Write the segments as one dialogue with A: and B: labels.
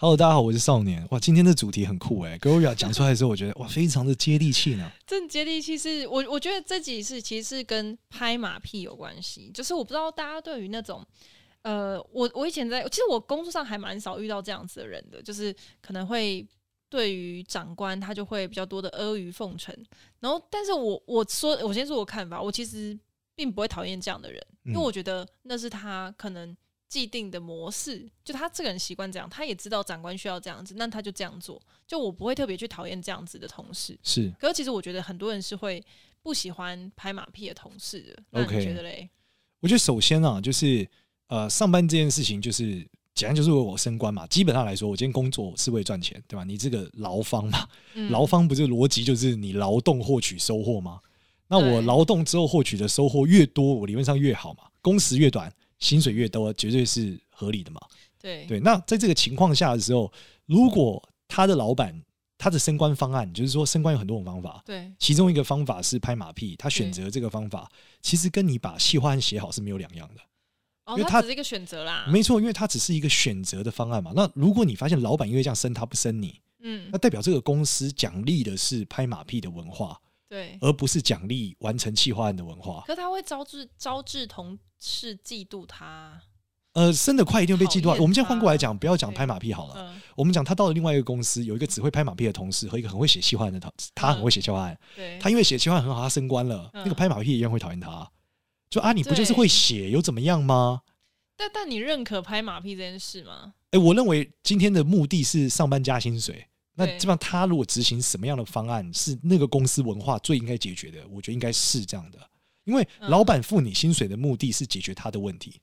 A: Hello，大家好，我是少年。哇，今天的主题很酷哎，Gloria 讲出来的时候，我觉得哇，非常的接地气呢。
B: 这接地气是我，我觉得这集是其实是跟拍马屁有关系，就是我不知道大家对于那种。呃，我我以前在，其实我工作上还蛮少遇到这样子的人的，就是可能会对于长官他就会比较多的阿谀奉承，然后但是我我说我先说我看法，我其实并不会讨厌这样的人，因为
A: 嗯
B: 我觉得那是他可能既定的模式，就他这个人习惯这样，他也知道长官需要这样子，那他就这样做，就我不会特别去讨厌这样子的同事。
A: 是
B: 可是其实我觉得很多人是会不喜欢拍马屁的同事的，那你
A: OK
B: 觉得嘞？
A: 我觉得首先啊，就是呃，上班这件事情就是。简单就是为我升官嘛，基本上来说，我今天工作是为赚钱，对吧？你这个劳方嘛，
B: 嗯
A: 劳方不是逻辑就是你劳动获取收获吗？那
B: 对
A: 我劳动之后获取的收获越多，我理论上越好嘛，工时越短，薪水越多，绝对是合理的嘛。
B: 对
A: 对，那在这个情况下的时候，如果他的老板他的升官方案，就是说升官有很多种方法，
B: 对
A: 其中一个方法是拍马屁，他选择这个方法，其实跟你把企划案写好是没有两样的。
B: 哦，
A: 因为
B: 它
A: 他
B: 只是一个选择啦。
A: 没错，因为它只是一个选择的方案嘛。那如果你发现老板因为这样升他不升你，
B: 嗯
A: 那，代表这个公司奖励的是拍马屁的文化，
B: 对。
A: 而不是奖励完成企划案的文化。
B: 可他会招致招致同事嫉妒他。
A: 呃，升得快一定会被嫉妒
B: 讨
A: 啊。
B: 厌
A: 我们先换过来
B: 他
A: 讲，不要讲
B: 对
A: 拍马屁好了。
B: 嗯，
A: 我们讲他到了另外一个公司，有一个只会拍马屁的同事和一个很会写企划案的同，他很会写企划案，
B: 对。
A: 他因为写企划案很好，他升官了，
B: 嗯
A: 那个拍马屁一样会讨厌他。就啊，你不就是
B: 对
A: 会写，有怎么样吗？
B: 但但你认可拍马屁这件事吗？
A: 哎、我认为今天的目的是上班加薪水。那
B: 对
A: 基本上，他如果执行什么样的方案是那个公司文化最应该解决的，我觉得应该是这样的。因为
B: 嗯
A: 老板付你薪水的目的是解决他的问题。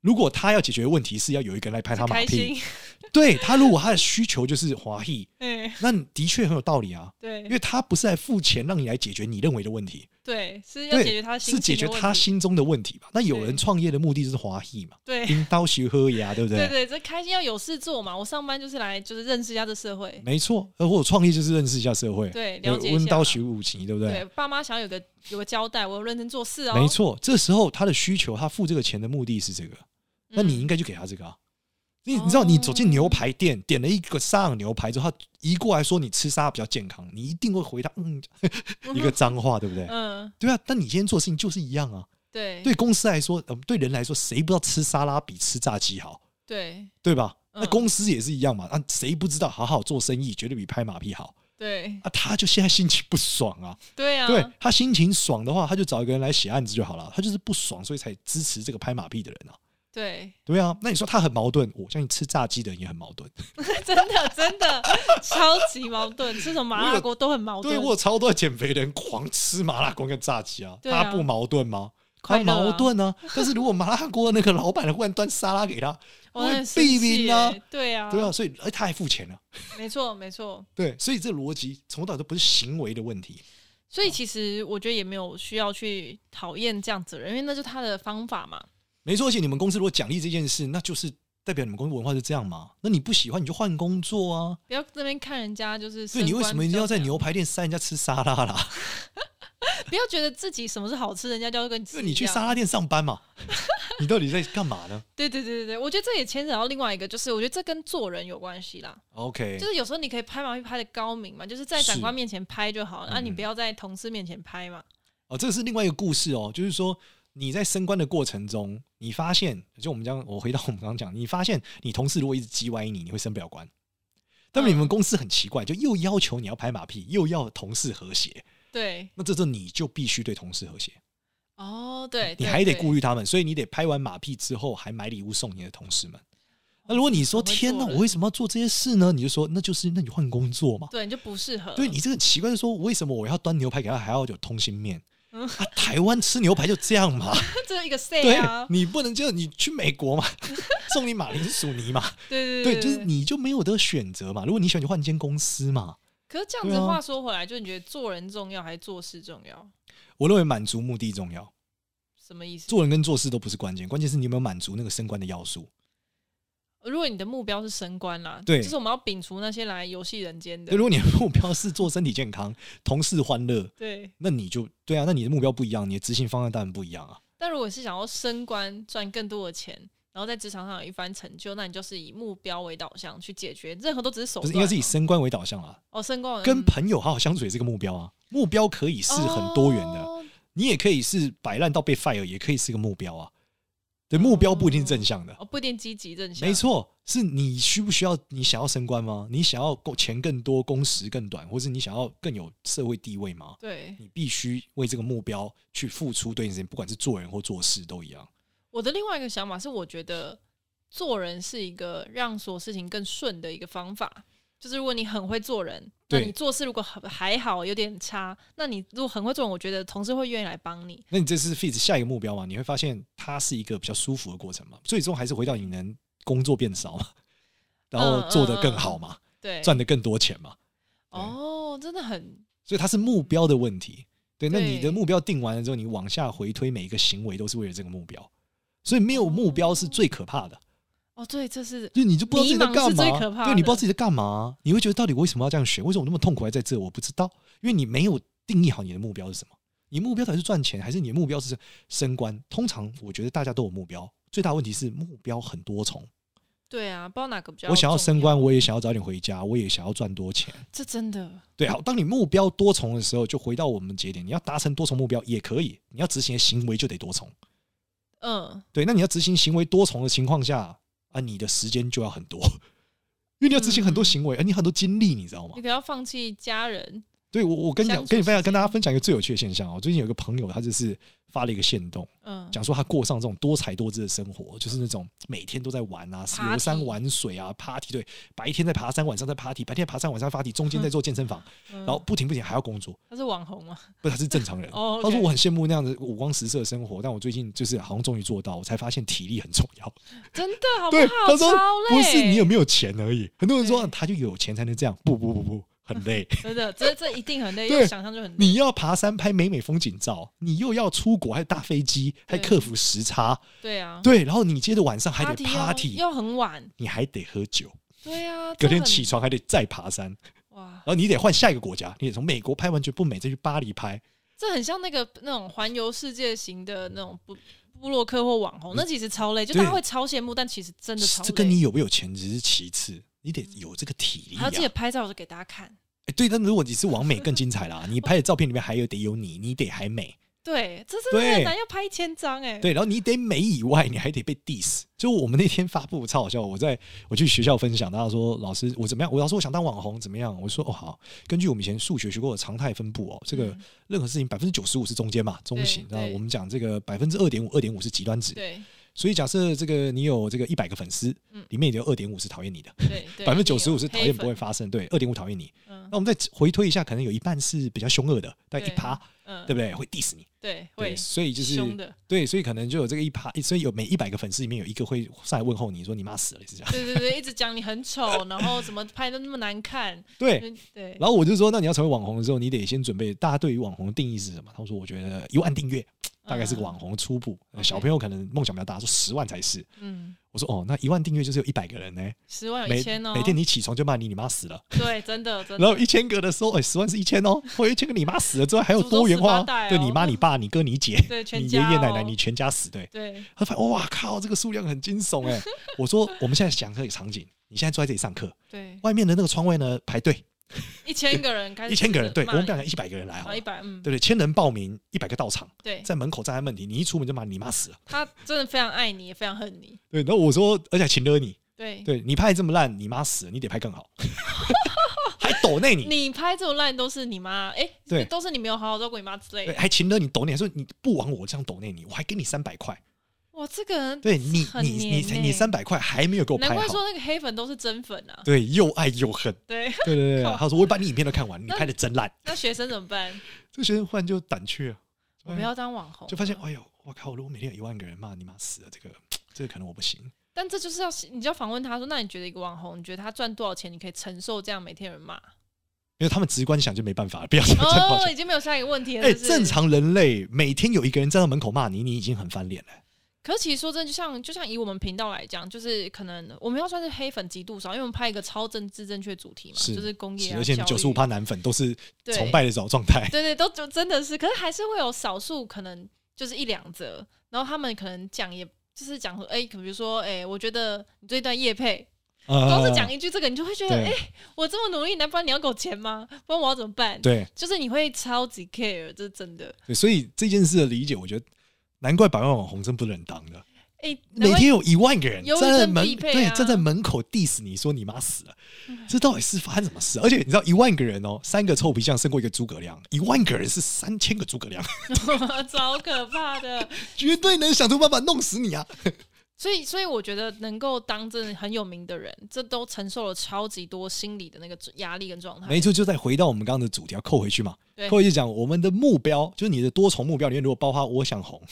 A: 如果他要解决的问题是要有一个人来拍他马
B: 开心
A: 屁，，对他如果他的需求就是华裔，
B: 哎，
A: 那你的确很有道理 啊。因
B: 对
A: 为他不是来付钱让你来解决你认为的问题，
B: 对，是要
A: 对，
B: 解决他心
A: 是解
B: 情
A: 决
B: 的问
A: 他
B: 题
A: 心中的问题吧？那有
B: 对
A: 人创业的目的是华裔嘛，
B: 对
A: 拎刀学喝牙，对不
B: 对
A: 对？
B: 对，这开心要有事做嘛。我上班就是来就是认识一下这社会，
A: 没错，呃，或者创业就是认识一下社会，
B: 对
A: 呃
B: 了解一下
A: 温刀学武棋，对不
B: 对
A: 对？
B: 爸妈想要有个有个交代，我有认真做事哦。
A: 没错，这时候他的需求，他付这个钱的目的是这个，
B: 嗯，
A: 那你应该就给他这个啊。你
B: 哦
A: 你知道，你走进牛排店，点了一个沙朗牛排之后，他移过来说你吃沙拉比较健康，你一定会回答嗯一个脏话，对不对？
B: 嗯，
A: 对啊，但你今天做的事情就是一样啊。
B: 对
A: 对公司来说，呃，对人来说，谁不知道吃沙拉比吃炸鸡好，
B: 对
A: 对吧？
B: 嗯
A: 那公司也是一样嘛，啊，谁不知道好好做生意绝对比拍马屁好
B: 对
A: 啊？他就现在心情不爽啊，
B: 对啊，
A: 对他心情爽的话，他就找一个人来写案子就好了，他就是不爽，所以才支持这个拍马屁的人啊。
B: 对，
A: 对啊，那你说他很矛盾，我相信吃炸鸡的人也很矛盾。
B: 真的真的超级矛盾，吃什么麻辣锅都很矛盾。
A: 对我有超多减肥的人狂吃麻辣锅跟炸鸡啊，
B: 对啊
A: 他不矛盾吗？
B: 快
A: 他
B: 乐啊
A: 矛盾啊，但是如果麻辣锅那个老板忽然端沙拉给他，
B: 我很生
A: 避
B: 气
A: 免
B: 耶
A: 啊，
B: 对啊，
A: 对啊，所以而他还付钱了、
B: 没错没错。
A: 对，所以这逻辑从头到尾都不是行为的问题，
B: 所以其实我觉得也没有需要去讨厌这样子的人，因为那就是他的方法嘛。
A: 没错。而且你们公司如果奖励这件事，那就是代表你们公司文化是这样嘛？那你不喜欢你就换工作啊。
B: 不要这边看人家就是
A: 所
B: 升官
A: 以
B: 比较
A: 你为
B: 怎样，
A: 什么一定要在牛排店塞人家吃沙拉啦？
B: 不要觉得自己什 么是好吃，人家就要跟你
A: 因
B: 吃
A: 为
B: 一
A: 你去
B: 样
A: 沙拉店上班 嘛，你到底在干嘛呢
B: 对对对对对，我觉得这也牵扯到另外一个，就是我觉得这跟做人有关系啦。
A: ？OK，
B: 就是有时候你可以拍马屁拍的高明嘛，就是在长官面前拍就好了，
A: 嗯
B: 那、你不要在同事面前拍嘛。
A: 哦，这个是另外一个故事哦，就是说你在升官的过程中，你发现，就我们讲，我回到我们刚刚讲，你发现你同事如果一直叽歪你，你会升不了官。但
B: 嗯
A: 你们公司很奇怪，就又要求你要拍马屁，又要同事和谐，
B: 对，
A: 那这时候你就必须对同事和谐，
B: 哦，对，
A: 你
B: 对
A: 还得
B: 对
A: 顾虑他们，所以你得拍完马屁之后还买礼物送你的同事们。那如果你说
B: 很会
A: 天
B: 做
A: 哪，
B: 人
A: 我为什么要做这些事呢？你就说那就是那你换工作嘛。
B: 对，你就不适合。
A: 对你这个很奇怪，就是说为什么我要端牛排给他，还要有通心面？
B: 嗯
A: 啊，台湾吃牛排就这 样嘛。
B: 这是一个 say
A: 对
B: 啊，
A: 你不能就你去美国嘛， 送你马铃薯泥嘛，
B: 对对
A: 对，就是。你就没有得选择嘛。如果你喜欢，你换间公司嘛。
B: 可是这样子
A: 对啊
B: 话说回来，就你觉得做人重要还是做事重要？
A: 我认为满足目的重要，
B: 什么意思？
A: 做人跟做事都不是关键，关键是你有没有满足那个升官的要素。
B: 如果你的目标是升官啦，
A: 对
B: 就是我们要摒除那些来游戏人间的
A: 对，，如果你的目标是做身体健康、同事欢乐，
B: 对。
A: 那你就对啊，那你的目标不一样，你的执行方向当然不一样啊。
B: 但如果是想要升官、赚更多的钱，然后在职场上有一番成就，那你就是以目标为导向去解决，任何都只是手
A: 不
B: 段
A: 是
B: 嘛。
A: 应该是以升官为导向啊，
B: 哦升官
A: 跟
B: 嗯
A: 朋友好好相处也是个目标啊。目标可以是很多元的，
B: 哦
A: 你也可以是摆烂到被 fire，也可以是个目标啊。对，目标不一定是正向的，
B: 哦，不一定积极正向，
A: 没，错，是你需不需要？你想要升官吗？你想要够钱更多，工时更短，或是你想要更有社会地位吗？
B: 对。
A: 你必须为这个目标去付出对你自己，不管是做人或做事都一样。
B: 我的另外一个想法是，我觉得做人是一个让所有事情更顺的一个方法。就是如果你很会做人，那
A: 对
B: 你做事如果很还好，有点差，那你如果很会做人，我觉得同事会愿意来帮你。
A: 那你这是 fit 下一个目标嘛？你会发现它是一个比较舒服的过程嘛？最终还是回到你能工作变少嘛，然后做得更好嘛，
B: 对，
A: 赚得更多钱嘛。对
B: 哦，真的很
A: 所以它是目标的问题。对，那
B: 对
A: 你的目标定完了之后，你往下回推，每一个行为都是为了这个目标。所以没有目标是最可怕的，
B: 哦，对，这是
A: 就是你就不知道自己在
B: 迷茫
A: 干
B: 是最可
A: 嘛，
B: 怕的
A: 对你不知道自己在干嘛，你会觉得到底为什么要这样选？为什么我那么痛苦还在这？我不知道，因为你没有定义好你的目标是什么。你目标到底是赚钱，还是你的目标是升官？通常我觉得大家都有目标，最大的问题是目标很多重。
B: 对啊，不知道哪个比较
A: 我想要
B: 重
A: 升官，我也想要早点回家，我也想要赚多钱。
B: 这真的
A: 对，好，当你目标多重的时候，就回到我们节点，你要达成多重目标也可以，你要执行的行为就得多重。
B: 嗯，
A: 对，那你要执行行为多重的情况下啊，你的时间就要很多，因为你要执行很多行为，而你很多精力，你知道吗
B: 嗯你？可能要放弃家人，
A: 对我，我跟你讲，
B: 相处
A: 跟你分享，
B: 时间
A: 跟大家分享一个最有趣的现象哦。最近有个朋友，他就是发了一个现动，
B: 嗯，
A: 讲说他过上这种多才多姿的生活，就是那种每天都在玩啊，
B: Party
A: 游山玩水啊，party 对，白天在爬山，晚上在 party，白天在爬山，晚上在 party，中间在做健 身房，
B: 然
A: 然后不停不停还要工作，
B: 他是网红嘛，
A: 不是他是正常人。
B: 哦，OK
A: 他说我很羡慕那样的五光十色的生活，但我最近就是好像终于做到，我才发现体力很重要。
B: 真的好不
A: 对，他
B: 好？
A: 说
B: 超累，
A: 不是你有没有钱而已，很多人说
B: 对
A: 啊他就有钱才能这样，不不不不，很累。
B: 真的，这这一定很累，
A: 对
B: 又想象就很累。
A: 你要爬山拍美美风景照，你又要出国，还有搭飞机，还克服时差，
B: 对啊，
A: 对，然后你接着晚上还得
B: party 要
A: party，
B: 要很晚，
A: 你还得喝酒，
B: 对啊，
A: 隔
B: 这
A: 天
B: 很
A: 起床还得再爬山，然
B: 哇，
A: 后你得换下一个国家，你得从美国拍完全不美，再去巴黎拍，
B: 这很像那个那种环游世界型的那种布布洛克或网红，那其实超累，就
A: 对
B: 大家会超羡慕，但其实真的超累。
A: 这跟你有没有钱只是其次，你得有这个体力、
B: 还
A: 啊
B: 要。记得拍照，我就给大家看。
A: 哎对，但如果你是完美更精彩啦，你拍的照片里面还有得有你，你得还美，
B: 对，这真的
A: 对
B: 很难，要拍一千张哎。
A: 对，然后你得美以外，你还得被 diss。就我们那天发布超好笑，我在我去学校分享，大家说老师我怎么样？我老师我想当网红怎么样？我说哦好，根据我们以前数学学过的常态分布哦，这个
B: 嗯
A: 任何事情百分之九十五是中间嘛，中型。
B: 对
A: 那
B: 对
A: 我们讲这个百分之二点五，二点五是极端值。
B: 对
A: 所以假设这个你有这个一百个粉丝
B: 嗯，
A: 里面有二点五是讨厌你的，
B: 对对，
A: 百分之九十五是
B: 有
A: 讨厌
B: 黑
A: 不会
B: 粉
A: 发生，对，二点五讨厌你。
B: 嗯
A: 那我们再回推一下，可能有一半是比较凶恶的，但
B: 对
A: 一趴，
B: 嗯
A: 对不对？会 diss 你，
B: 对
A: 对，
B: 会
A: 所以就是
B: 凶的，
A: 对，所以可能就有这个一趴，所以有每一百个粉丝里面有一个会上来问候你说你妈死了，也是这样。
B: 对对对，一直讲你很丑，然后怎么拍的那么难看，
A: 对，
B: 嗯对，
A: 然后我就说，那你要成为网红的时候，你得先准备大家对于网红的定义是什么？他说，我觉得一万订阅大概是个网红初步，
B: 嗯
A: 呃
B: OK
A: 小朋友可能梦想比较大，说十万才是。
B: 嗯，
A: 我说哦，那一万订阅就是有一百个人呢、
B: 十万有
A: 每
B: 一千哦，
A: 每天你起床就骂你你妈死了，
B: 对，真的真 的，
A: 然后一千个的时候，哎、十万是一千哦，或者一千个你妈死了之外，还有多元化
B: 祖宗十八代哦
A: 对你妈、你爸、你哥、你姐、
B: 对全
A: 你爷
B: 家
A: 爷奶奶、
B: 哦
A: 你全家死，对，
B: 对
A: 他发现哇靠，这个数量很惊悚哎！ 我说我们现在想这个场景，你现在坐在这里上课，
B: 对，
A: 外面的那个窗外呢排队
B: 一千个人开始
A: 一千个人，对我
B: 骂你
A: 们不要讲一百个人来好
B: 啊
A: 了，
B: 一
A: 对
B: 百嗯
A: 不对？千人报名，一百个到场，
B: 对，
A: 在门口站在问题，你一出门就骂你妈死了，
B: 他真的非常爱你，也非常恨你，
A: 对。然后我说，嗯而且还请了你，
B: 对，
A: 对你拍得这么烂，你妈死了，你得拍 更好，还抖内你，
B: 你拍这种烂都是你妈，哎，
A: 对
B: 都是你没有好好照顾你妈之类
A: 对，
B: 的，
A: 还请了你抖内，还说你不往我这样抖内你，我还给你三百块，
B: 哇，这个人
A: 对你
B: 很
A: 你
B: 黏
A: 你
B: 欸
A: 你三百块还没有给我
B: 难
A: 拍
B: 怪
A: 好
B: 说，那个黑粉都是真粉啊，
A: 对，又爱 又恨，
B: 对，
A: 对对对对，他说我把你影片都看完，你拍的真烂。
B: 那学生怎么办？
A: 这学生忽然就胆怯啊，
B: 我不要当嗯网红，
A: 就发现，哎呦，我靠！如果每天有一万个人骂你妈死了，这个这个可能我不行。
B: 但这 就是要你就要访问他说，那你觉得一个网红，你觉得他赚多少钱，你可以承受这样每天有人骂？
A: 因为他们直观想就没办法了，不要再 抱
B: 哦，
A: 歉。
B: 已经没有下一个问题了。
A: 哎，
B: 是不是
A: 正。常人类每天有一个人站到门口骂你，你已经很翻脸了。
B: 可是其实说真的，就像就像以我们频道来讲，就是可能我们要算是黑粉极度少，因为我们拍一个超政治正确主题嘛，
A: 是
B: 就是工业、
A: 是
B: 啊，
A: 而且
B: 教育
A: 九十五趴男粉都是
B: 对
A: 崇拜的这种状态。
B: 对对，都就真的是，可是还是会有少数可能就是一两则，然后他们可能讲也就是讲说，哎、可比如说，哎、我觉得你这段叶配，光
A: 光
B: 是讲一句这个，你就会觉得，哎、
A: 呃对
B: 我这么努力，难不然你要给我钱吗？不然我要怎么办？，
A: 对
B: 就是你会超级 care，这是真的。
A: 对，所以这件事的理解，我觉得难怪百万网红真不能当的。
B: 哎、难
A: 每
B: 怪
A: 天有一万个人
B: 忧郁
A: 站在
B: 症
A: 门、
B: 必备
A: 对
B: 啊嗯
A: 站在门口 diss 你说你妈死了，这到底是发生什么事？而且你知道一万个人哦，三个臭皮匠胜过一个诸葛亮，一万个人是三千个诸 葛亮，
B: 超可怕的。
A: 绝对能想出办法弄死你啊！
B: 所以，所以我觉得能够当真的很有名的人，这都承受了超级多心理的那个压力跟状态。
A: 没错，就再回到我们刚刚的主题，要扣回去嘛。
B: 哎对
A: 扣回去讲我们的目标，就是你的多重目标里面，如果包括我想 红，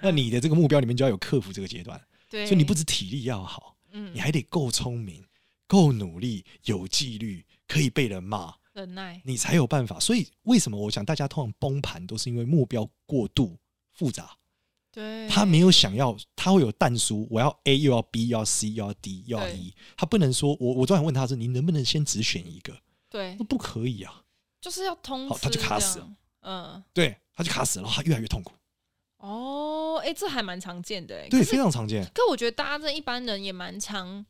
A: 那你的这个目标里面就要有克服这个阶段，
B: 对，
A: 所以你不止体力要好，
B: 嗯
A: 你还得够聪明、够努力、有纪律，可以被人骂，
B: 忍耐，
A: 你才有办法。所以为什么我想大家通常崩盘，都是因为目标过度复杂，
B: 对，
A: 他没有想要，他会有淡书，我要 A 又要 B 又要 C 又要 D 又要
B: 对
A: E，他不能说我我昨晚问他是你能不能先只选一个，
B: 对
A: 那，不可以啊，
B: 就是要通
A: 好
B: 知，
A: 他就卡死了。
B: 嗯，
A: 对，他就卡死了，他越来越痛苦，
B: 哦，哎、这还蛮常见的、哎。
A: 对，
B: 可
A: 非
B: 是，
A: 常常见，
B: 可我觉得大家这一般人也蛮常，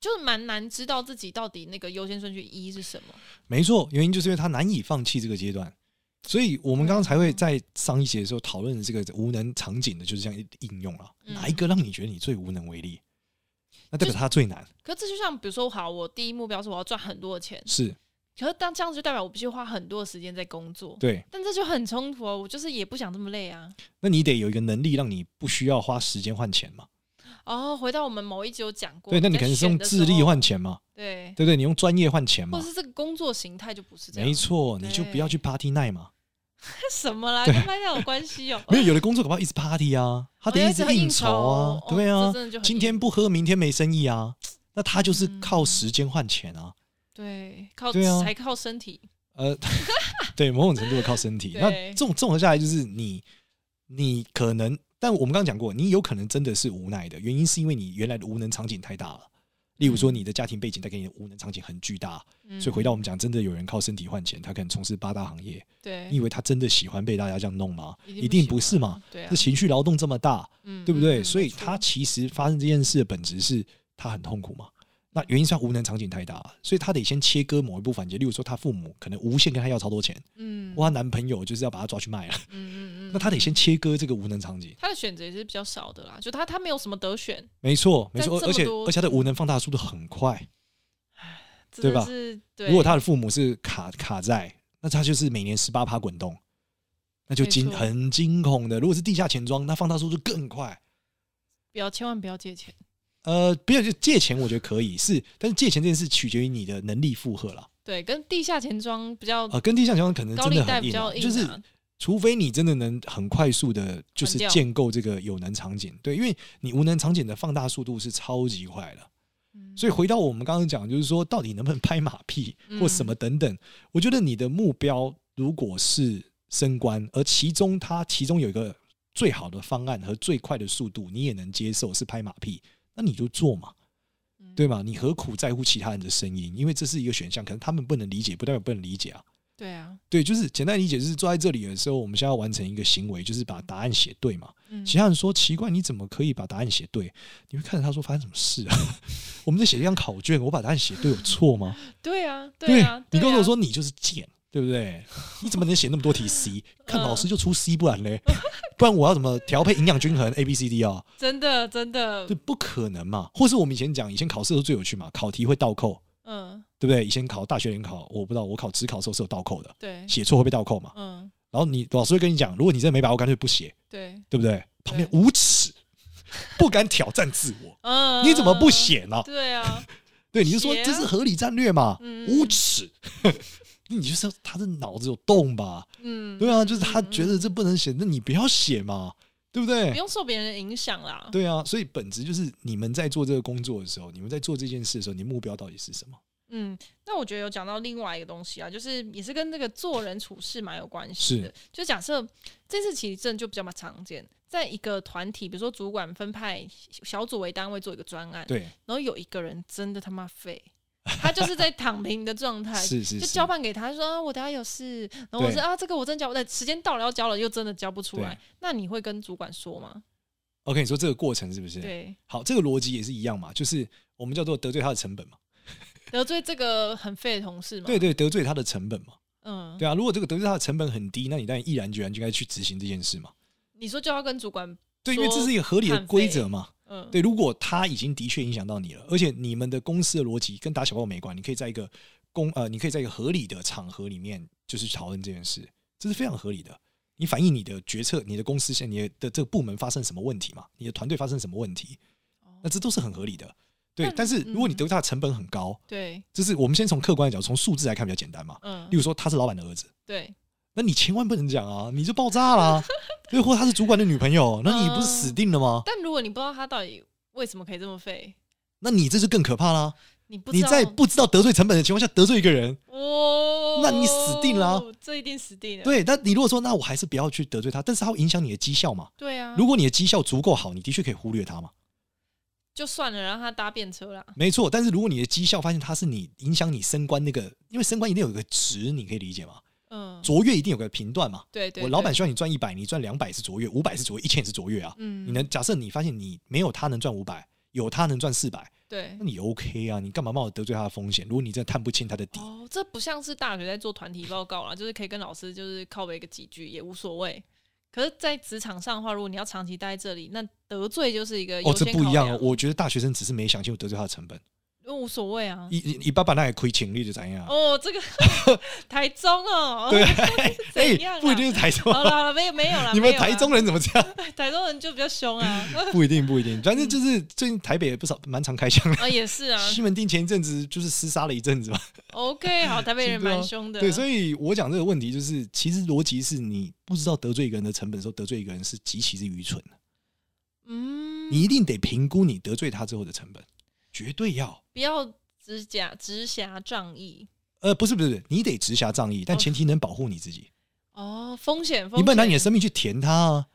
B: 就是蛮难知道自己到底那个优先顺序一是什么。
A: 没错，原因就是因为他难以放弃这个阶段。所以，我们刚刚才会在上一节的时候讨论这个无能场景的，就是这样应用了。
B: 嗯
A: 哪一个让你觉得你最无能为力？那代表他最难，
B: 可这就像，比如说，好，我第一目标是我要赚很多的钱，
A: 是
B: 可是当这样子就代表我必须花很多的时间在工作，
A: 对。
B: 但这就很冲突哦。我就是也不想这么累啊。
A: 那你得有一个能力，让你不需要花时间换钱嘛？
B: 哦，回到我们某一集有讲过，
A: 对，那你
B: 在
A: 可能是
B: 选
A: 用
B: 的
A: 智
B: 时
A: 力
B: 候
A: 换钱嘛？
B: 对，
A: 对不对？你用专业换钱
B: 或
A: 嘛
B: 者？是这个工作形态就不是这样，
A: 没，错，你就不要去 party night 嘛。
B: 什么啦，
A: 对。
B: 跟拍照有关系哦
A: 没有，有的工作可不好一直 party 啊，他得
B: 哦
A: 一直
B: 要一直
A: 应酬啊
B: 应酬，嗯哦
A: 对啊
B: 这真的就，很
A: 今天不喝，明天没生意啊。那他就是靠时间换钱啊。
B: 对，靠
A: 对啊
B: 才靠身体，
A: 呃，对，某种程度的靠身体。
B: 对
A: 那这种综合下来，就是你，你可能，但我们刚刚讲过，你有可能真的是无奈的，原因是因为你原来的无能场景太大了。例如说，你的家庭背景带给你的无能场景很巨大，
B: 嗯
A: 所以回到我们讲，真的有人靠身体换钱，他可能从事八大行业，
B: 对
A: 你以为他真的喜欢被大家这样弄吗？一
B: 定
A: 定不是嘛，
B: 对啊
A: 这，情绪劳动这么大，
B: 嗯
A: 对不对？
B: 嗯
A: 所以
B: 没错
A: 他其实发生这件事的本质是他很痛苦嘛。那原因是他无能场景太大，所以他得先切割某一部环节，例如说他父母可能无限跟他要超多钱，
B: 嗯
A: 或她男朋友就是要把她抓去卖了，
B: 嗯嗯嗯，
A: 那她得先切割这个无能场景。
B: 他的选择也是比较少的啦，就他他没有什么得选，
A: 没错，没错，
B: 但这么
A: 而且
B: 多
A: 而且她的无能放大的速度很快。
B: 真
A: 对
B: 的
A: 吧
B: 是对，
A: 如果她的父母是卡卡在，那她就是每年十八趴滚动，那就惊
B: 没错
A: 很惊恐的。如果是地下钱庄，那放大速度更快。
B: 不要千万不要借钱，
A: 呃，不要就借钱，我觉得可以是，但是借钱这件事取决于你的能力负荷啦。
B: 对，跟地下钱庄比较
A: 呃，跟地下钱庄可能
B: 嗯高
A: 真
B: 利
A: 的
B: 贷
A: 很
B: 比
A: 硬啊、
B: 较硬啊，
A: 就是除非你真的能很快速的，就是
B: 换掉
A: 建构这个有能场景，对，因为你无能场景的放大速度是超级快的。
B: 嗯
A: 所以回到我们刚刚讲，就是说到底能不能拍马屁
B: 嗯
A: 或什么等等，我觉得你的目标如果是升官，而其中它其中有一个最好的方案和最快的速度，你也能接受是拍马屁，那你就做嘛，
B: 嗯
A: 对吗？你何苦在乎其他人的声音？因为这是一个选项，可能他们不能理解，不代表不能理解啊。
B: 对啊，
A: 对，就是简单理解，就是坐在这里的时候，我们现在要完成一个行为，就是把答案写对嘛。
B: 嗯
A: 其他人说奇怪，你怎么可以把答案写对？你会看着他说发生什么事啊？ 我们在写一张考卷，我把答案写对有错吗？
B: 对啊，对啊，
A: 你
B: 对
A: 跟
B: 啊
A: 我说你就是贱，对不对？你怎么能写那么多 题 C？看老师
B: 嗯
A: 就出 C，不然嘞，不然我要怎么调配营养均衡 A B C D 啊？
B: 真的真的
A: 这，不可能嘛！或是我们以前讲，以前考试都最有趣嘛，考题会倒扣，
B: 嗯，
A: 对不对？以前考大学联考，我不知道我考职考的时候是有倒扣的，
B: 对，
A: 写错会被倒扣嘛。
B: 嗯，
A: 然后你老师会跟你讲，如果你真的没把握，干脆不写，
B: 对，
A: 对不对？旁边无耻，不敢挑战自我。
B: 嗯，
A: 你怎么不
B: 嗯？
A: 写呢？
B: 对啊，
A: 对，你就说
B: 写啊
A: 这是合理战略嘛，
B: 嗯
A: 无耻。 你就说他的脑子有洞吧？
B: 嗯，
A: 对啊，就是他
B: 嗯
A: 觉得这不能写，那你不要写嘛，对不
B: 不
A: 对？
B: 用受别人的影响啦，
A: 对啊，所以本质就是你们在做这个工作的时候，你们在做这件事的时候，你目标到底是什么？
B: 嗯，那我觉得有讲到另外一个东西啊，就是也是跟这个做人处事蛮有关系的。就假设这次其实真的就比较蛮常见，在一个团体，比如说主管分派小组为单位做一个专案，
A: 对，
B: 然后有一个人真的他妈废，他就是在躺平的状 态，
A: 是是，
B: 啊就是交办给他，他说啊，我等下有事，然后我
A: 对
B: 说啊，这个我真交不，但时间到了要交了，又真的交不出
A: 对
B: 来，那你会跟主管说吗？
A: OK，你说这个过程是不是？，
B: 对，
A: 好，这个逻辑也是一样嘛，就是我们叫做得罪他的成本嘛，
B: 得罪这个很废的同事嘛，
A: 对，对，得罪他的成本嘛，
B: 嗯，
A: 对啊，如果这个得罪他的成本很低，那你当然毅然决然就应该去执行这件事嘛，
B: 你说就要跟主管，
A: 对，因为这是一个合理的
B: 说
A: 规则嘛，
B: 嗯，
A: 对，如果他已经的确影响到你了，而且你们的公司的逻辑跟打小报没关，你可以在一个公呃，你可以在一个合理的场合里面，就是去讨论这件事，这是非常合理的。你反映你的决策，你的公司现你的这个部门发生什么问题嘛？你的团队发生什么问题？那这都是很合理的。对
B: 但，
A: 但是如果你
B: 哦嗯
A: 得到的成本很高，
B: 对，
A: 这是我们先从客观的角度，从数字来看比较简单嘛。
B: 嗯
A: 例，如说他是老板的儿子，
B: 对，
A: 那你千万不能讲啊，你就爆炸啦、 对，或者他是主管的女朋友，那你不是死定了吗？
B: 但如果你不知道他到底为什么可以这么废，
A: 那你这就更可怕啦、
B: 你不知
A: 你
B: 道
A: 在不知道得罪成本的情况下得罪一个人，
B: 哦，
A: 那你死定了啊
B: 这一定死定了。
A: 对，那你如果说那我还是不要去得罪他，但是他会影响你的绩效嘛？
B: 对啊，
A: 如果你的绩效足够好，你的确可以忽略他嘛，
B: 就算了，让他搭便车啦。
A: 没错。但是如果你的绩效发现他是你影响你升官那个，因为升官一定有一个值，你可以理解嘛？
B: 嗯，
A: 卓越一定有个评断嘛？
B: 对对，
A: 我老板
B: 对
A: 希望你赚一百，你赚两百是卓越，五百是卓越，一千也是卓越啊。
B: 嗯，
A: 你能假设你发现你没有他能赚五百，有他能赚四百，
B: 对
A: 那你 OK 啊？你干嘛冒着得罪他的风险？如果你真的探不清他的底，
B: 哦，这不像是大学在做团体报告啦，就是可以跟老师就是靠背个几句也无所谓。可是，在职场上的话，如果你要长期待在这里，那得罪就是一个
A: 哦，
B: 优
A: 这
B: 先
A: 不
B: 考
A: 一样
B: 量
A: 哦。我觉得大学生只是没想清楚得罪他的成本。
B: 因为无所谓啊。
A: 一一爸爸那也亏情力就怎样？
B: 哦，这个 台中哦，
A: 对，哎
B: 怎样啊
A: 不一定是台中
B: 好，了好了，没有没有啦，
A: 你
B: 没
A: 们
B: 有啦
A: 台中人怎么这样？
B: 台中人就比较凶啊，
A: 不一定，不一定，反正就是最近台北也不少，蛮常开枪的。
B: 啊也是啊
A: 西门町前一阵子就是厮杀了一阵子嘛，
B: ，OK，好，台 北人
A: 对啊
B: 蛮凶的，
A: 对，所
B: 以
A: 以我讲这个问题就是，其实逻辑是你不知道得罪一个人的成本的时候，得罪一个人是极其之愚蠢的。
B: 嗯，
A: 你一定得评估你得罪他之后的成本，绝对要。
B: 不要直甲直辖仗义
A: 呃，不是不是，不是，你得直辖仗义，但前提能保护你自己。
B: 哦，风险，嗯
A: 你不能拿你的
B: 也
A: 生命去填它啊，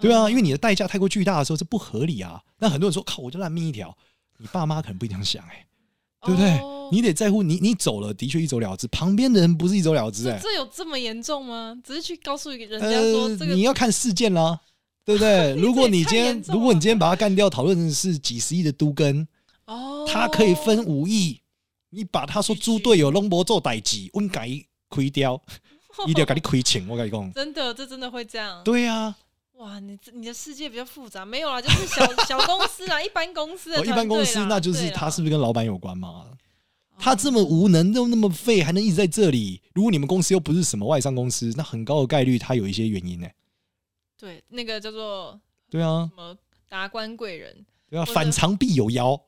A: 对啊，因为
B: 为
A: 你的代价太过巨大的时候，这不合理啊。那很多人说，靠，我就烂命一条。你爸妈可能不一定这样想、哎，
B: 哦
A: 对不对？你得在乎你，你走了，的确一走了之，旁边的人不是一走了之、哎，
B: 这有这么严重吗？只是去告诉人家说
A: 呃
B: 这，个
A: 你要看事件啦，对不 对？如果你今
B: 太
A: 天
B: 严，重了
A: 如果你今天把它干掉，讨论的是几十亿的都根，
B: 哦，
A: 它可以分五亿，你把他说猪队友龙博做代级，温改亏 掉，一定要给你亏钱，我跟你讲，
B: 真的，这真的会这样。
A: 对啊，
B: 哇，你这你的世界比较复杂，没有啦，就是 小小公司啊啦，一般公司的
A: 哦，
B: 团队
A: 一
B: 啦、
A: 般公司那就是
B: 对啦哦
A: 他是不是跟老板有关嘛？他这么无能又那么废，还能一直在这里。如果你们公司又不是什么外商公司，那很高的概率他有一些原 因呢、
B: 对那个叫做
A: 对啊
B: 什，么达官贵人，
A: 对啊，
B: 者
A: 反常必有 妖，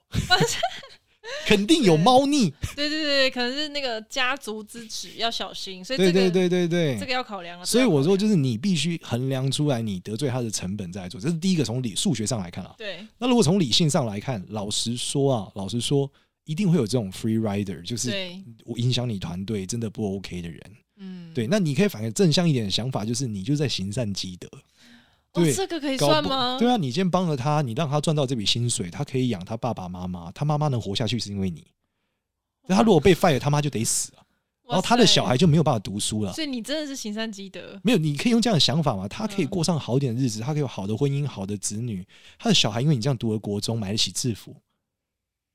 A: 肯定有猫腻。
B: 对对对，可能是那个家族之耻，要小心。所以这
A: 对
B: 个
A: 对对对
B: 这
A: 对。
B: 个要考量了。啊
A: 所以
B: 这个要
A: 我
B: 考
A: 说，
B: 量
A: 就是你必须衡量出来你得罪他的成本再来做，这是第一个从理数学上来看啊。
B: 对，
A: 那如果从理性上来看，老实说啊，老实说，一定会有这种 free rider，就是
B: 对，
A: 我影响你团队真的不 OK 的人。
B: 嗯，
A: 对，那你可以反而正向一点的想法，就是你就在行善积德。
B: 哦，
A: 对
B: 这个可以
A: 搞
B: 算
A: 不
B: 吗？
A: 对啊，你今天帮了他，你让他赚到这笔薪水，他可以养他爸爸妈妈，他妈妈能活下去是因为你。那他如果被 fire，他妈就得死了，
B: 哇塞，
A: 然后他的小孩啊就没有办法读书了。
B: 所以你真的是行善积德，
A: 没有，你可以用这样的想法嘛？他可以
B: 嗯
A: 过上好一点的日子，他可以有好的婚姻、好的子女，他的小孩因为你这样读了国中，买得起制服，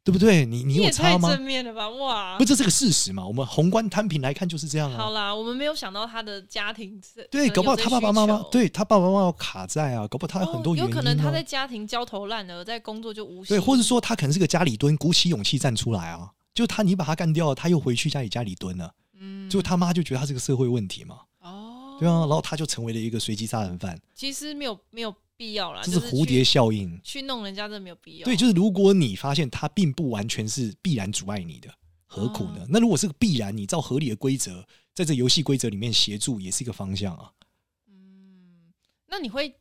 A: 对不对？你你
B: 你
A: 有
B: 也太
A: 差吗
B: 正？面了吧？哇
A: 不，，这是个事实嘛？我们宏观摊平来看就是这样啊。
B: 好啦，我们没有想到他的家庭是呃
A: 对，搞不好他爸爸妈
B: 可
A: 妈，
B: 能有这些需求
A: 对他爸爸妈妈有卡在啊，搞不好他有很多
B: 哦
A: 原因、啊
B: 有可能他在家庭焦头烂额，在工作就无
A: 对，
B: 心
A: 或者说他可能是个家里蹲，鼓起勇气站出来啊。就他，你把他干掉了，他又回去家里家里蹲了，
B: 嗯，
A: 就他妈就觉得他是个社会问题嘛，
B: 哦，
A: 对啊，然后他就成为了一个随机杀人犯，
B: 其实没有没有必要啦，
A: 这
B: 啊就是
A: 蝴蝶
B: 去啊
A: 效应。
B: 去弄人家，真的没有必要。
A: 对，就是如果你发现他并不完全是必然阻碍你的，何苦
B: 啊
A: 呢？那如果是个必然，你照合理的规则，在这游戏规则里面协助，也是一个方向啊。
B: 嗯，那你会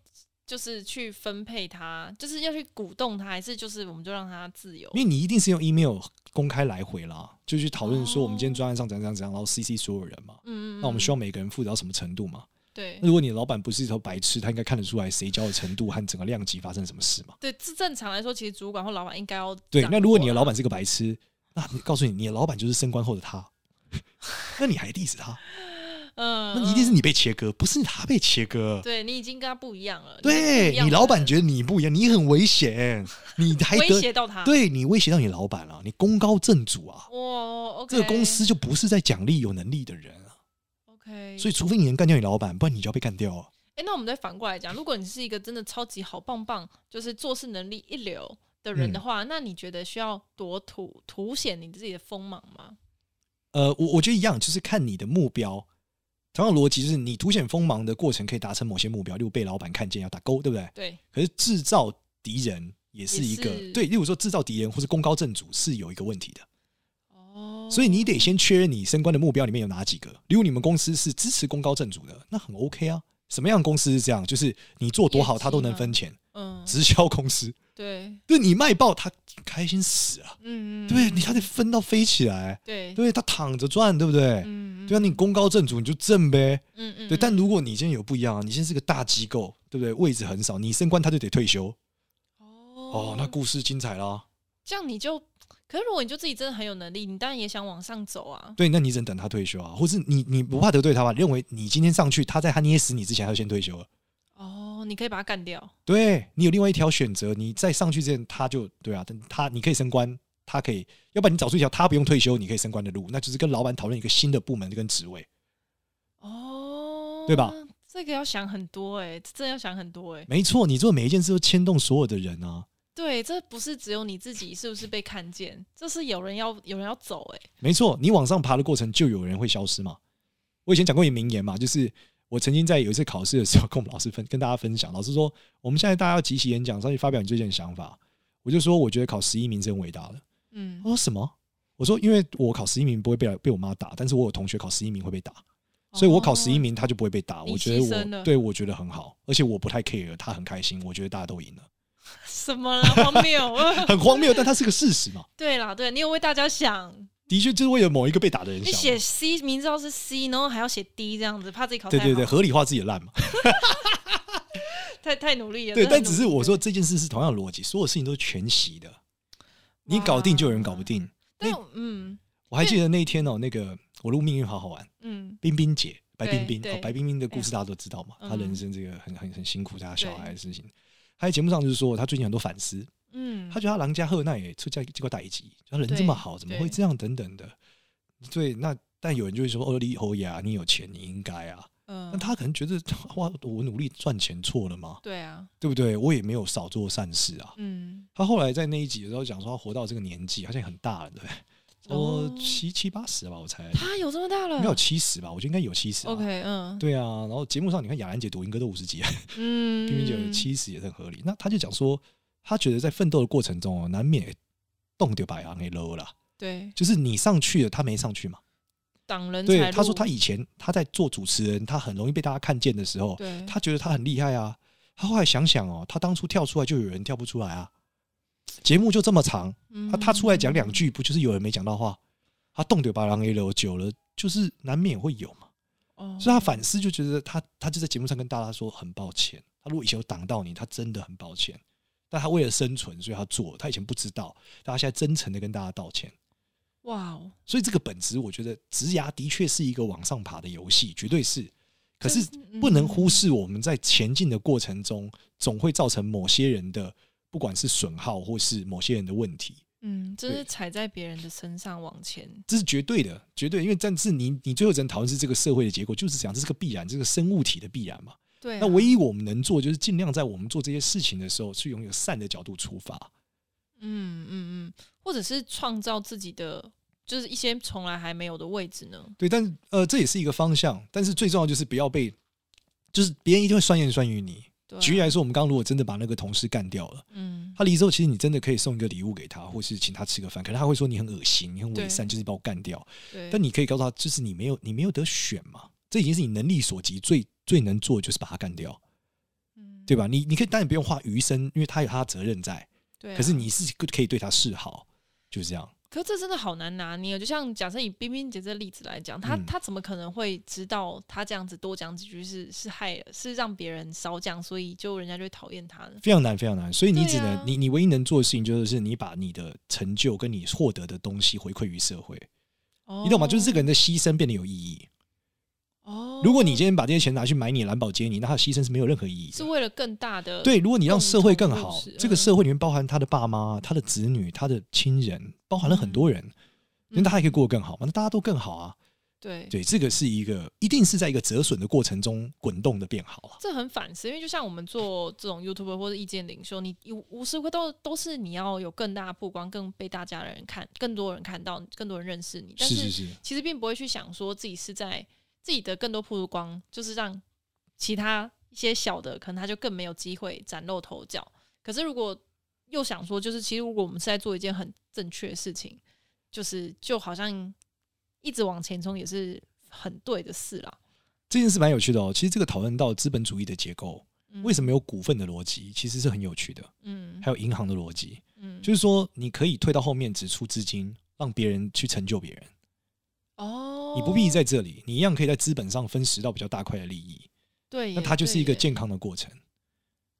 B: 就是去分配他，就是要去鼓动他，还是就是我们就让他自由
A: 因？为你一定是用 email 公开来回啦，就去讨论说我们今天专案上怎样怎样怎样，然后 CC 所有人嘛。
B: 哦嗯嗯，
A: 那我们需
B: 要
A: 要每个人负责到什么程度嘛？
B: 对
A: 那如果你老板不是一头白痴，他应该看得出来谁交的程度和整个量级发生什么事嘛？
B: 对，这正常来说，其实主管或老板应该要
A: 对，
B: 掌
A: 那如果你的
B: 握啊
A: 老板是个白痴，那你告诉你，你的老板就是升官后的 他，那你还 diss 他？
B: 嗯，
A: 那一定是
B: 嗯
A: 你被切割，不是他被切割。
B: 对你已经跟他不一样了，
A: 对你老板觉得你不一样，你很危险， 你还
B: 得威
A: 得
B: 胁到他，
A: 对你威胁到你老板了、啊你功高震主啊！
B: 哇，OK，哦
A: 这个公司就不是在奖励有能力的人啊，
B: OK，
A: 所以除非你能干掉你老板，不然你就要被干掉啊。
B: 哎、那我们再反过来讲，如果你是一个真的超级好棒棒，就是做事能力一流的人
A: 嗯
B: 的话，那你觉得需要多凸凸显你自己的锋芒吗？
A: 呃，我我觉得一样，就是看你的目标。同样逻辑就是，你凸显锋芒的过程可以达成某些目标，例如被老板看见要打勾，对不对？
B: 对，
A: 可是制造敌人也是一个
B: 也是
A: 对，例如说制造敌人或是功高震主是有一个问题的，
B: 哦，
A: 所以你得先确认你升官的目标里面有哪几个。例如你们公司是支持功高震主的，那很 OK 啊。什么样的公司是这样？就是你做多好，
B: 业绩
A: 他都能
B: 吗
A: 分钱。
B: 嗯，
A: 直销公司，
B: 对，
A: 对你卖爆，他开心死啊！
B: 嗯，
A: 对
B: 嗯
A: 你，他得分到飞起来，
B: 对，
A: 对他躺着赚，对不对？
B: 嗯，嗯
A: 对啊，你功高震主你就挣呗。
B: 嗯嗯，
A: 对，但
B: 嗯
A: 如果你今天有不一样啊，你现在是个大机构，对不对？位置很少，你升官他就得退休。
B: 哦
A: 哦，那故事精彩啦。
B: 这样你就，可是如果你就自己真的很有能力，你当然也想往上走啊。
A: 对，那你只能等他退休啊，或是你你不怕得罪他吧？认为你今天上去，他在他捏死你之前，他就先退休了。
B: 哦，你可以把它干掉。
A: 对你有另外一条选择，你在上去之前，他就对啊，但他你可以升官，他可以，要不然你找出一条他不用退休，你可以升官的路，那就是跟老板讨论一个新的部门跟职位。
B: 哦，
A: 对吧？
B: 这个要想很多哎、这真的要想很多哎、
A: 没错，你做每一件事都牵动所有的人啊，
B: 对，这不是只有你自己是不是被看见，这是有人要有人要走哎、
A: 没错，你往上爬的过程就有人会消失嘛。我以前讲过一个名言嘛，就是我曾经在有一次考试的时候，跟我们老师分跟大家分享，老师说我们现在大家要集体演讲，上去发表你最近的想法。我就说我觉得考十一名是很伟大的。
B: 嗯
A: 他，说什么？我说因为我考十一名不会被被我妈打，但是我有同学考十一名会被打，所以我考十一
B: 哦
A: 名他就不会被打。
B: 你
A: 我觉得
B: 牺牲
A: 我
B: 了
A: 对我觉得很好，而且我不太 care，他很开心，我觉得大家都赢了，
B: 什么啦，荒谬。
A: 很荒谬，但它是个事实嘛。
B: 对啦，对你有为大家想，
A: 的确就是为了某一个被打的人
B: 你
A: 想嘛。
B: 写 C 明知道是 C，然后还要写 D 这样子，怕自己考太
A: 对
B: 好
A: 对对，合理化自己的烂嘛。
B: 太太努力了。
A: 对，
B: 真的
A: 但只是
B: 努力嗯
A: 我说这件事是同样的逻辑，所有事情都是全息的，你
B: 哇
A: 搞定就有人搞不定。
B: 但嗯
A: 我还记得那一天哦，那个我录《命运好好玩》，
B: 嗯，
A: 冰冰姐白
B: 对
A: 冰冰、哦
B: 对，
A: 白冰冰的故事大家都知道嘛，
B: 嗯
A: 她人生这个很很很辛苦，她小孩的事情。她在节目上就是说，她最近很多反思，
B: 嗯，
A: 她觉得她郎家贺奈也出嫁结果打一级，她人这么好，怎么会这样等等的。对，那但有人就会说，哦，你以后呀，你有钱，你应该啊。
B: 嗯，
A: 那她可能觉得，哇，我努力赚钱错了吗？
B: 对啊，
A: 对不对？我也没有少做善事啊。
B: 嗯，
A: 她后来在那一集的时候讲说，她活到这个年纪，她现在很大了，对不对？
B: 哦
A: 哦，七七八十吧，我猜
B: 他有这么大了
A: 应该有七十吧，我觉得应该有七十吧。啊
B: ，OK，嗯，
A: 对啊，然后节目上你看雅兰姐、抖音哥都五十几，
B: 嗯，
A: 冰冰姐有七十也是很合理。那他就讲说，他觉得在奋斗的过程中哦，难免动掉白羊给 low 啦，
B: 对，
A: 就是你上去了，他没上去嘛。
B: 挡人
A: 对，
B: 财
A: 他说
B: 路
A: 他以前他在做主持人，他很容易被大家看见的时候，
B: 对
A: 他觉得他很厉害啊。他后来想想哦，他当初跳出来就有人跳不出来啊。节目就这么长，他他出来讲两
B: 嗯
A: 句，不就是有人没讲到话？他动掉白狼 A 楼久了，就是难免会有嘛。
B: 哦
A: 所以他反思就觉得他他就在节目上跟大家说很抱歉，他如果以前有挡到你，他真的很抱歉。但他为了生存，所以他做了，他以前不知道，但他现在真诚的跟大家道歉。
B: 哇哦，
A: 所以这个本质，我觉得职涯的确是一个往上爬的游戏，绝对是。可是
B: 真是
A: 不能忽视我们在前进的过程中，总会造成某些人的不管是损耗或是某些人的问题，
B: 嗯，真
A: 对
B: 是踩在别人的身上往前，
A: 这是绝对的，绝对。因为但是你你最后只能讨论是这个社会的结果就是这样，这是个必然，这是个生物体的必然嘛。
B: 对啊，
A: 那唯一我们能做，就是尽量在我们做这些事情的时候，去拥有善的角度出发。
B: 嗯嗯嗯，或者是创造自己的，就是一些从来还没有的位置呢。
A: 对，但呃，这也是一个方向。但是最重要就是不要被，就是别人一定会酸言酸语你。
B: 对啊、
A: 举例来说，我们刚刚如果真的把那个同事干掉了，
B: 嗯，
A: 他离职后，其实你真的可以送一个礼物给他，或是请他吃个饭。可是他会说你很恶心，你很伪善，
B: 对
A: 就是把我干掉。
B: 对，
A: 但你可以告诉他，就是你没有，你没有得选嘛。这已经是你能力所及，最最能做的就是把他干掉，
B: 你
A: 对
B: 吧？
A: 吧？你你可以当然不用花余生，因为他有他的责任在。
B: 对啊、
A: 可是你是可以对他示好，就是这样。
B: 可是这真的好难拿捏哦。就像假设以冰冰姐这例子来讲，她
A: 嗯
B: 她怎么可能会知道她这样子多讲几句是是害是让别人少讲，所以就人家就会讨厌她呢？
A: 非常难，非常难。所以你
B: 对
A: 只能，
B: 啊
A: 你你唯一能做的事情就是你把你的成就跟你获得的东西回馈于社会，
B: 哦
A: 你懂吗？就是这个人的牺牲变得有意义。
B: 哦。
A: 如果你今天把这些钱拿去买你兰博基尼，那他的牺牲是没有任何意义
B: 是
A: 的。
B: 为了更大的
A: 对，如果你让社会更
B: 共同
A: 好
B: 故事，嗯
A: 这个社会里面包含他的爸妈、他的子女、他的亲人，包含了很多人，
B: 嗯
A: 那大家也可以过得更好嘛？那大家都更好啊。
B: 对
A: 对，这个是一个一定是在一个折损的过程中滚动的变好啊了。
B: 这很反思，因为就像我们做这种 YouTube 或者意见领袖，你无无时无刻都都是你要有更大的曝光，更被大家的人看，更多人看到，更多人认识你。但
A: 是
B: 是
A: 是是，
B: 其实并不会去想说自己是在自己的更多曝光，就是让其他一些小的可能他就更没有机会崭露头角。可是如果又想说，就是其实如果我们是在做一件很正确的事情，就是就好像一直往前冲也是很对的事啦。
A: 这件事蛮有趣的哦。其实这个讨论到资本主义的结构，
B: 嗯
A: 为什么有股份的逻辑，其实是很有趣的，
B: 嗯
A: 还有银行的逻辑，
B: 嗯，
A: 就是说你可以退到后面只出资金，让别人去成就别人，
B: 哦，
A: 你不必在这里，你一样可以在资本上分食到比较大块的利益，
B: 对耶，
A: 那它就是一个
B: 对耶
A: 健康的过程。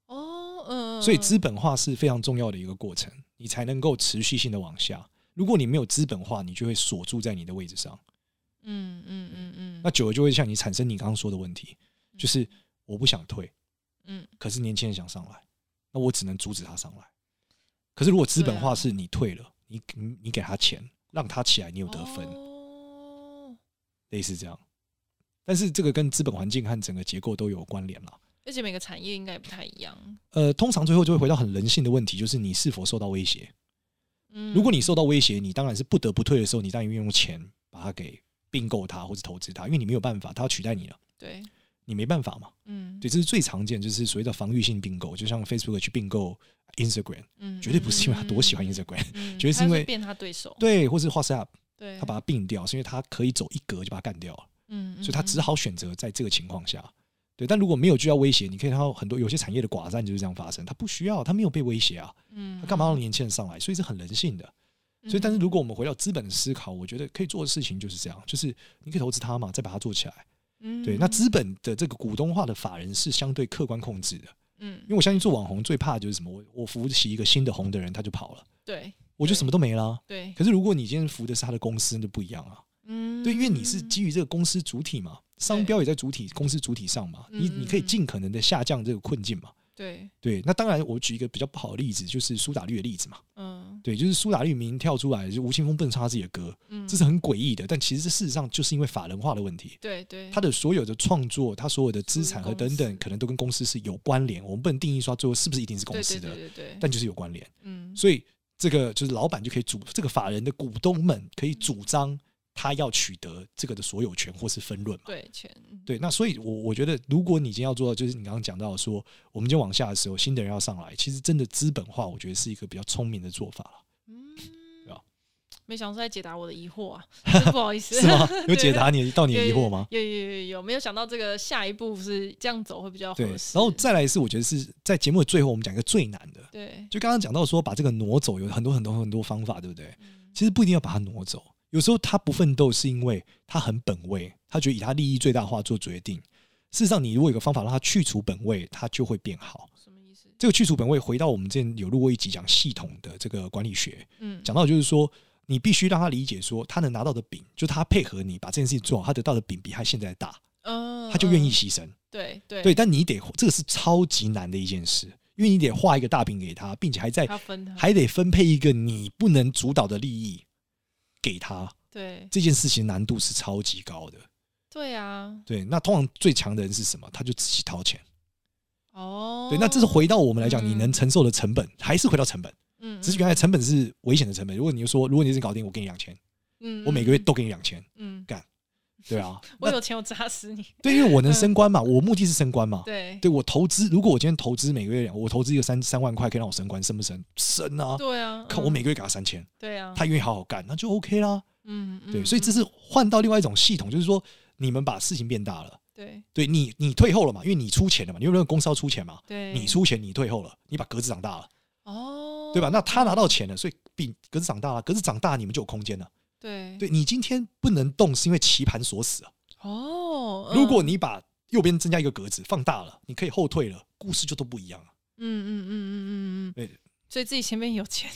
B: 哦，嗯，
A: 所以资本化是非常重要的一个过程，你才能够持续性的往下。如果你没有资本化，你就会锁住在你的位置上，
B: 嗯嗯嗯嗯，
A: 那久了就会像你产生你刚刚说的问题，就是我不想退，
B: 嗯
A: 可是年轻人想上来，那我只能阻止他上来。
B: 啊
A: 可是如果资本
B: 对
A: 化
B: 啊
A: 是你退了，你你你给他钱，让他起来，你有得分，
B: 哦
A: 类似这样。但是这个跟资本环境和整个结构都有关联啦。
B: 而且每个产业应该也不太一样。
A: 呃，通常最后就会回到很人性的问题，就是你是否受到威胁。
B: 嗯，
A: 如果你受到威胁，你当然是不得不退的时候，你当然用钱把它给并购它或者投资它，因为你没有办法，它要取代你了，
B: 对，
A: 你没办法嘛。
B: 嗯，
A: 对，这是最常见，就是所谓的防御性并购，就像 Facebook 去并购 Instagram，
B: 嗯，
A: 绝对不是因为他多喜欢
B: 嗯
A: Instagram，
B: 嗯
A: 绝对是
B: 他
A: 因为
B: 变他对手，
A: 对，或是 WhatsApp，
B: 对，
A: 他把它并掉，是因为他可以走一格就把它干掉了，
B: 嗯，嗯，
A: 所以他只
B: 嗯
A: 好选择在这个情况下。对，但如果没有就要威胁，你可以看到很多有些产业的寡占就是这样发生，他不需要，他没有被威胁啊，
B: 嗯，
A: 他干嘛让年轻人上来？所以是很人性的。所以，但是如果我们回到资本的思考，我觉得可以做的事情就是这样，就是你可以投资它嘛，再把它做起来。
B: 嗯
A: 对，那资本的这个股东化的法人是相对客观控制的，
B: 嗯
A: 因为我相信做网红最怕的就是什么，我我扶起一个新的红的人他就跑了，
B: 对
A: 我就什么都没了啊。
B: 对，
A: 可是如果你今天扶的是他的公司，那就不一样啊。
B: 嗯，
A: 对，因为你是基于这个公司主体嘛，商标也在主体公司主体上嘛，你
B: 嗯
A: 你可以尽可能的下降这个困境嘛。
B: 对，
A: 对，那当然我举一个比较不好的例子，就是苏打绿的例子嘛。
B: 嗯
A: 对，就是苏打绿明明跳出来，就吴青峰蹦唱自己的歌，
B: 嗯，
A: 这是很诡异的，但其实这事实上就是因为法人化的问题。
B: 对对，
A: 他的所有的创作，他所有的资产和等
B: 属于公
A: 等，
B: 司
A: 可能都跟公司是有关联。我们不能定义说他最后是不是一定是公
B: 对
A: 司
B: 对
A: 的，
B: 对对对，
A: 但就是有关联。
B: 嗯
A: 所以这个就是老板就可以主这个法人的股东们可以主张他要取得这个的所有权或是分论嘛。
B: 对钱，嗯
A: 对，那所以我，我觉得，如果你今天要做到，就是你刚刚讲到说，我们今天往下的时候，新的人要上来，其实真的资本化，我觉得是一个比较聪明的做法 了，
B: 嗯
A: 对吧，
B: 没想到是在解答我的疑惑啊，真不好意思，
A: 是吗？有解
B: 对
A: 答 你到你的
B: 有
A: 疑惑吗？？
B: 有有有有有，没有想到这个下一步是这样走会比较合
A: 对，
B: 适。
A: 然后再来是，我觉得是在节目的最后，我们讲一个最难的，
B: 对，
A: 就刚刚讲到说，把这个挪走有很多很多很多方法，对不对？
B: 嗯
A: 其实不一定要把它挪走，有时候他不奋斗是因为他很本位，他觉得以他利益最大化做决定。事实上，你如果有个方法让他去除本位，他就会变好。
B: 什么意思？
A: 这个去除本位，回到我们之前有录过一集讲系统的这个管理学，
B: 嗯，
A: 讲到就是说，你必须让他理解说，他能拿到的饼，就是他配合你把这件事情做好，他得到的饼比他现在大，
B: 嗯，
A: 他就愿意
B: 嗯
A: 牺牲。
B: 对对
A: 对，，但你得这个是超级难的一件事，因为你得画一个大饼给他，并且还在
B: 他分他
A: 还得分配一个你不能主导的利益给他。
B: 对
A: 这件事情难度是超级高的。
B: 对啊，
A: 对，那通常最强的人是什么？他就自己掏钱。
B: 哦，
A: 对，那这是回到我们来讲，
B: 嗯
A: 你能承受的成本还是回到成本，
B: 嗯，
A: 只是原来成本是危险的成本。如果你就说，如果你是搞定，我给你两千，
B: 嗯，嗯
A: 我每个月都给你两千，
B: 嗯，嗯
A: 对啊，
B: 我
A: 那
B: 有钱我砸死 你，
A: 对，因为我能升 官嘛，我目的是升官嘛。
B: 对
A: 对我投资，如果我今天投资每个月两，我投资一个三三万块，可以让我升官，升不升？升啊！
B: 对啊，
A: 看
B: 嗯
A: 我每个月给他三千，
B: 对啊，
A: 他愿意好好干，那就 OK 啦。
B: 嗯嗯
A: 对，所以这
B: 嗯
A: 是换到另外一种系统，就是说你们把事情变大了，
B: 对
A: 对你你退后了嘛，因为你出钱了嘛，因为那个公司要出钱嘛，
B: 对
A: 你出钱，你退后了，你把格子长大了，
B: 哦，
A: 对吧？那他拿到钱了，所以比格子长大了，格子长大你们就有空间了。
B: 对
A: 对你今天不能动，是因为棋盘锁死啊。
B: 哦，
A: 如果你把右边增加一个格子，放大了，你可以后退了，故事就都不一 样了。啊
B: 嗯嗯嗯嗯嗯嗯，
A: 对，
B: 所以自己前面有钱，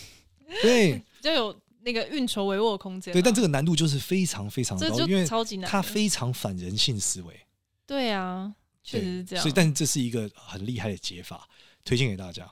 A: 对
B: 比较有那个运筹帷幄的空间嘛。
A: 对，但这个难度就是非常非常
B: 这
A: 高，因
B: 就
A: 为
B: 超级难
A: 它
B: 了，
A: 非常反人性思维。
B: 对啊，确实
A: 对
B: 是这样。
A: 所以，但是这是一个很厉害的解法，推荐给大家。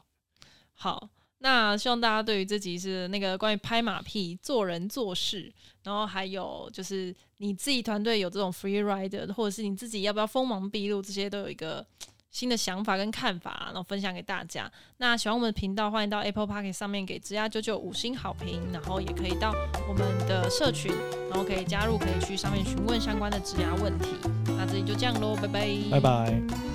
B: 好，那希望大家对于这集是那个关于拍马屁、做人做事，然后还有就是你自己团队有这种 free rider，或者是你自己要不要锋芒毕露，这些都有一个。新的想法跟看法，然后分享给大家。那喜欢我们的频道，欢迎到 Apple p o c k e t 上面给枝丫九九五星好评，然后也可以到我们的社群，然后可以加入，可以去上面询问相关的枝丫问题。那这里就这样喽，拜拜，
A: 拜拜。